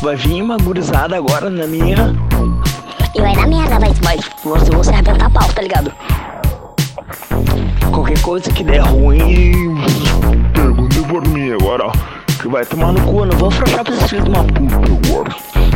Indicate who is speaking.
Speaker 1: Vai vir uma gurizada agora na minha.
Speaker 2: E vai dar merda, vai.
Speaker 1: Vai,
Speaker 2: Nós vamos se arrebentar a pau, tá ligado?
Speaker 1: qualquer coisa que der ruim.
Speaker 3: Pergunta por mim agora.
Speaker 1: Que vai tomar no cu, eu não vou afrouxar pra esses filhos de uma puta.
Speaker 3: Agora.